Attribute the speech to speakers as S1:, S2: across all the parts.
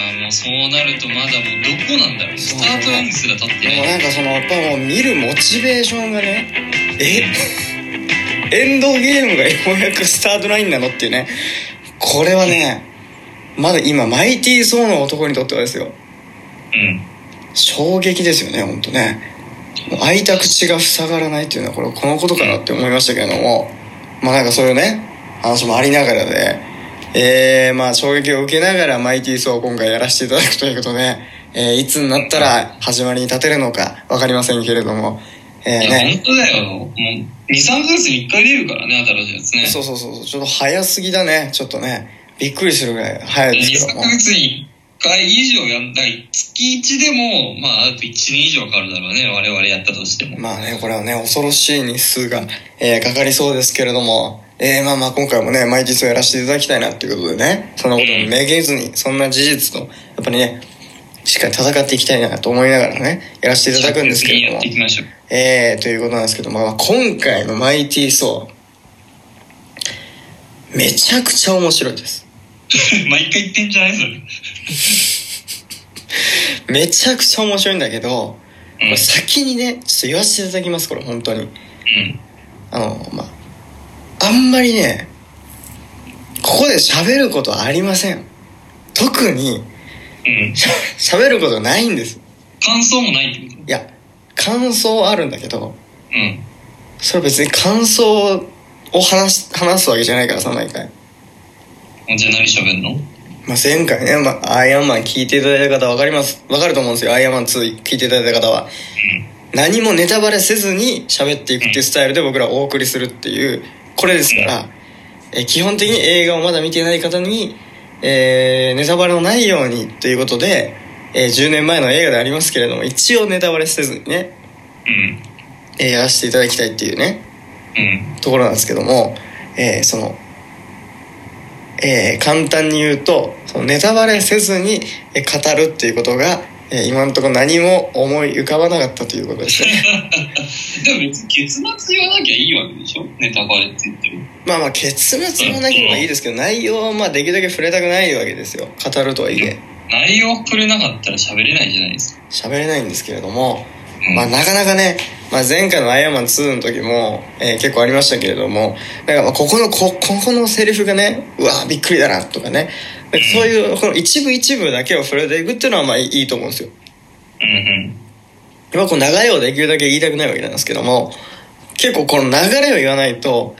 S1: うなるとまだもうどこなんだろうスタートラインすら立って
S2: もう
S1: ない
S2: なんかそのやっぱもう見るモチベーションがねえ エンドゲームがようやくスタートラインなのっていうねこれはねまだ今マイティーソーの男にとってはですよ
S1: うん
S2: 衝撃ですよねほんとねもう開いた口が塞がらないっていうのはこれこのことかなって思いましたけれどもまあなんかそういうね話もありながらでえー、まあ衝撃を受けながらマイティーソーを今回やらせていただくということで、えー、いつになったら始まりに立てるのかわかりませんけれどもえー、
S1: いや本
S2: ね
S1: 当だよもう23ヶ月に1回出るからね新しいやつね
S2: そうそうそうそうちょっと早すぎだねちょっとねびっくりするぐらい早いですけど
S1: 23
S2: も
S1: ヶ月に1回以上やんない月1でもまああと1年以上かかるだろうね我々やったとしても
S2: まあね、これはね、恐ろしい日数が、えーかかりそうですけれども、えーまあまあ今回もね、毎日をやらせていただきたいなっていうことでね、そんなことにめげずに、そんな事実と、やっぱりね、しっかり戦っていきたいなと思いながらね、やらせていただくんですけれど
S1: や
S2: も
S1: ってい、きましょう
S2: えー、ということなんですけども、まあ、今回のマイティーソー、めちゃくちゃ面白いです。
S1: 毎回言ってんじゃないそれ、
S2: めちゃくちゃ面白いんだけど、こ
S1: うん
S2: れ先にね、ちょっと言わせていただきます、これ本当に。
S1: うん
S2: あの、まあ、あんまりね、ここで喋ることはありません。特に
S1: うん、
S2: しゃ喋ることないんです。
S1: 感想もないってこ
S2: いや、感想あるんだけど、
S1: とうん
S2: それ別に感想を話す、話すわけじゃないからさ、毎回。
S1: じゃあ何喋んの
S2: まあ、前回ね、まあ、アイアンマン聞いていただいた方わかります、わかると思うんですよ。アイアンマン2聞いていただいた方は。何もネタバレせずに喋っていくっていうスタイルで僕らお送りするっていう、これですから、えー基本的に映画をまだ見てない方に、えーネタバレのないようにということで、えー10年前の映画でありますけれども、一応ネタバレせずにね、
S1: うん
S2: えーやらせていただきたいっていうね、
S1: うん
S2: ところなんですけども、えーその、えー簡単に言うとそのネタバレせずに、えー語るっていうことが、えー今のところ何も思い浮かばなかったということですね
S1: でも別に結末言わなきゃいいわけでしょネタバレって言ってる
S2: まあまあ結末もなければいいですけど内容はまあできるだけ触れたくないわけですよ語るとはいえ
S1: 内容触れなかったら喋れないじゃないですか、
S2: 喋れないんですけれども、
S1: うん
S2: まあ、なかなかね、まあ、前回の「アイアンマン2」の時も、えー結構ありましたけれどもなんかまあここのこここのセリフがねうわーびっくりだなとかねなんかそういうこの一部一部だけを触れていくっていうのはまあいいいいと思うんですよ。
S1: うんうん
S2: 今こう流れをできるだけ言いたくないわけなんですけども結構この流れを言わないと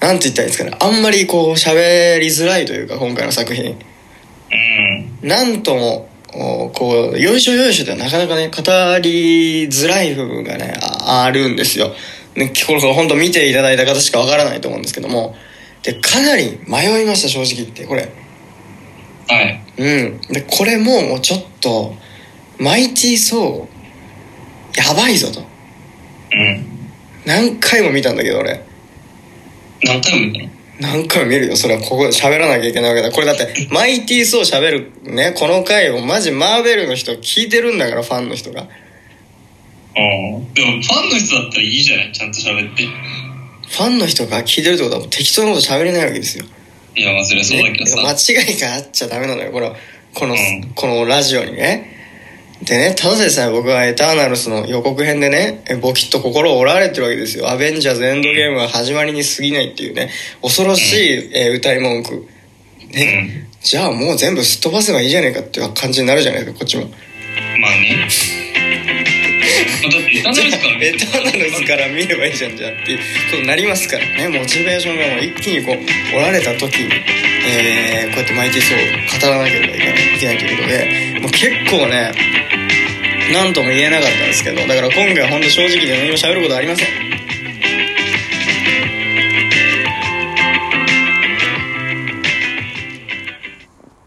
S2: なんて言ったらいいんですかねあんまりこう喋りづらいというか今回の作品。
S1: うん
S2: なんともおこうよいしょよいしょではなかなかね語りづらい部分がねああるんですよ。ね、これ本当見ていただいた方しかわからないと思うんですけどもでかなり迷いました正直言ってこれ。
S1: はい
S2: うん、でこれももうちょっとマイティー・ソーやばいぞと
S1: うん
S2: 何回も見たんだけど俺
S1: 何回も言っ
S2: 何回も見るよそれはここで喋らなきゃいけないわけだこれだってマイティー・ソー喋るねこの回をマジマーベルの人聞いてるんだからファンの人が。
S1: たのうんでもファンの人だったらいいじゃないちゃんと喋って
S2: ファンの人が聞いてるってことはもう適当なこと喋れないわけですよ。
S1: いやまあそれはそうだけどさ、
S2: ね間違いがあっちゃダメなのよ、この、この、
S1: うん
S2: このラジオにね。でね、ただでさえ僕はエターナルスの予告編でね、えボキッと心を折られてるわけですよ。アベンジャーズエンドゲームは始まりに過ぎないっていうね、恐ろしい、えー歌い文句。ね、じゃあもう全部すっ飛ばせばいいじゃねえかっていう感じになるじゃないですか、こっちも。
S1: まあ ね。まあだってエターナルズから
S2: エターナルズから見ればいいじゃんじゃんっていうことになりますからねモチベーションがもう一気にこう折られた時に、えーこうやってマイティーソーを語らなければいけないいけないということでもう結構ね何とも言えなかったんですけどだから今回は本当正直で何も喋ることありません